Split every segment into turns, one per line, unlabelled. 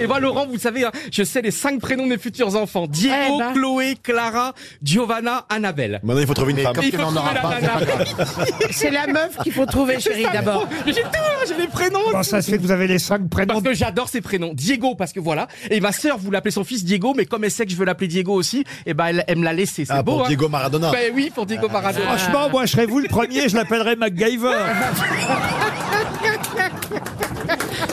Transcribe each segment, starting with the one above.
Et moi, Laurent, vous savez, hein, je sais les cinq prénoms de mes futurs enfants. Diego,
Eh ben.
Chloé, Clara, Giovanna, Annabelle.
Maintenant, il faut trouver une femme.
Il faut trouver la nana.
C'est la meuf qu'il faut trouver,
C'est
chérie,
ça,
d'abord.
mais J'ai tout, hein, j'ai les prénoms.
Bon, ça se fait que vous avez les cinq prénoms.
Parce que j'adore ses prénoms. Diego, parce que voilà. Et ma sœur, vous l'appelez son fils Diego, mais comme elle sait que je veux l'appeler Diego aussi, et ben elle, elle me l'a laissé. C'est
Ah,
beau.
pour
hein.
Diego Maradona.
Ben oui, pour Diego Maradona.
Franchement, moi, je serais vous le premier, je l'appellerais MacGyver.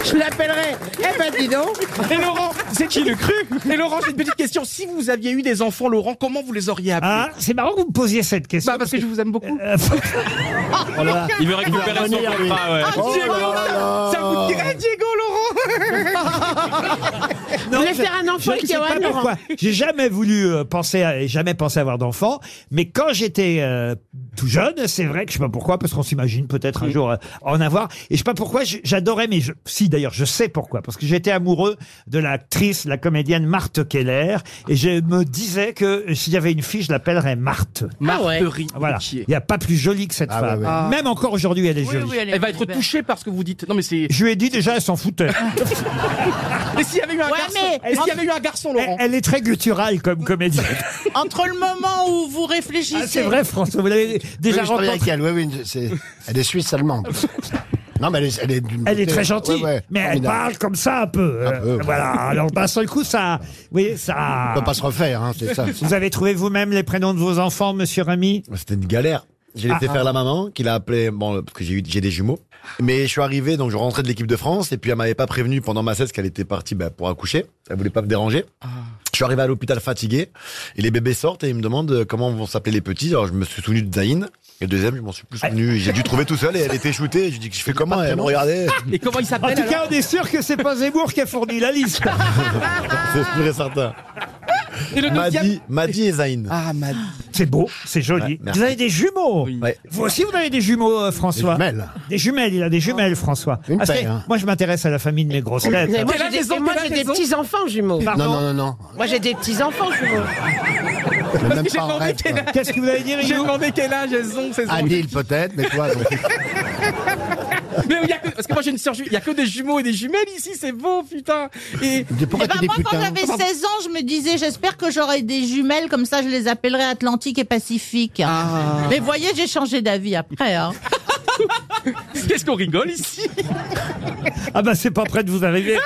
Je l'appellerai. Eh ben, dis donc.
Et Laurent, c'est qui le cru Et Laurent, j'ai une petite question. Si vous aviez eu des enfants, Laurent, comment vous les auriez appelés
Hein c'est marrant que vous me posiez cette question.
Bah parce que je vous aime beaucoup.
Il veut récupérer son contrat, ouais.
Oh
Ah, Diego, ça vous dirait Diego, Laurent
Non,
voulez
je-
faire un enfant
je ne
qui
sais
aura
pas
un Laurent.
pourquoi. J'ai jamais voulu euh, penser, à, et jamais pensé avoir d'enfant, mais quand j'étais euh, tout jeune, c'est vrai que je sais pas pourquoi, parce qu'on s'imagine peut-être un jour euh, en avoir, et je sais pas pourquoi je- j'adorais, mais je, si d'ailleurs je sais pourquoi, parce que j'étais amoureux de l'actrice, la comédienne Marthe Keller, et je me disais que euh, s'il y avait une fille, je l'appellerais Marthe.
Ah ouais.
Marguerite
Voilà,
Gauthier.
il n'y a pas plus jolie que cette
Ah,
femme.
ouais, ouais.
Ah.
Même encore aujourd'hui, elle est jolie.
Elle va être touchée par ce que vous dites. Non mais c'est.
Je lui ai dit déjà, elle s'en foutait.
Ah, Mais s'il y avait eu un
Ouais,
garçon,
mais-
et s'il y avait eu un garçon,
elle,
Laurent.
elle est très gutturale comme comédienne.
Entre le moment où vous réfléchissez.
Ah, c'est vrai, François, vous l'avez déjà
Oui, je travaille
rencontré.
avec elle. Oui, oui, c'est- elle est suisse allemande. Non, mais elle est, elle est, d'une
Elle est
beauté-
très gentille,
Ouais, ouais,
mais elle
formidable.
parle comme ça un peu.
Un peu,
Euh,
ouais.
Voilà. Alors d'un seul coup, ça, oui, ça.
On peut pas se refaire, hein, c'est ça.
Vous avez trouvé vous-même les prénoms de vos enfants, Monsieur Rami
C'était une galère. J'ai
Ah,
laissé faire la maman, qui l'a appelé, bon, parce que j'ai eu, j'ai des jumeaux. Mais je suis arrivé, donc je rentrais de l'équipe de France, et puis elle m'avait pas prévenu pendant ma cesse qu'elle était partie bah, pour accoucher. Elle voulait pas me déranger.
Ah.
Je suis arrivé à l'hôpital fatigué, et les bébés sortent et ils me demandent euh, comment vont s'appeler les petits. Alors je me suis souvenu de Zayn, et le deuxième, je m'en suis plus souvenu. J'ai dû trouver tout seul, et elle était shootée. Je dis que je fais comment Elle me regardait.
Et comment il
En
s'appelle
tout
alors
cas, on est sûr que c'est pas Zemmour qui a fourni la liste.
C'est sûr et certain.
Et le deuxième.
Madi, Madi et Zayn.
Ah Maddy.
C'est beau, c'est joli.
Ouais, merci.
vous avez des jumeaux.
Ouais.
Vous aussi, vous avez des jumeaux, euh, François.
Jumelles.
Des jumelles, il a des jumelles, François. Ah,
Une
c'est-
paire, hein.
Moi, je m'intéresse à la famille de mes grosses têtes.
Mais moi,
T'es là,
j'ai
les
des,
autres,
moi,
t'es là,
j'ai
les
des
autres.
petits-enfants jumeaux.
Non,
Pardon
non, non, non.
Moi, j'ai des petits-enfants jumeaux.
Même
J'ai
pas en
demandé
rêve,
quel
ça.
âge.
Qu'est-ce que vous allez dire,
J'ai
Rio
demandé quel âge elles ont, ces enfants.
Adil peut-être, mais toi, donc,
Eh
Mais il y a que, parce que moi j'ai une sœur, ju- il y a que des jumeaux et des jumelles ici, c'est beau, putain. Et
pourquoi
Eh ben,
tu dis
moi, quand
putain
j'avais 16 ans, je me disais, j'espère que j'aurai des jumelles, comme ça je les appellerai Atlantique et Pacifique. Mais voyez, j'ai changé d'avis après. hein.
qu'est-ce qu'on rigole ici
Ah bah, c'est pas près de vous arriver.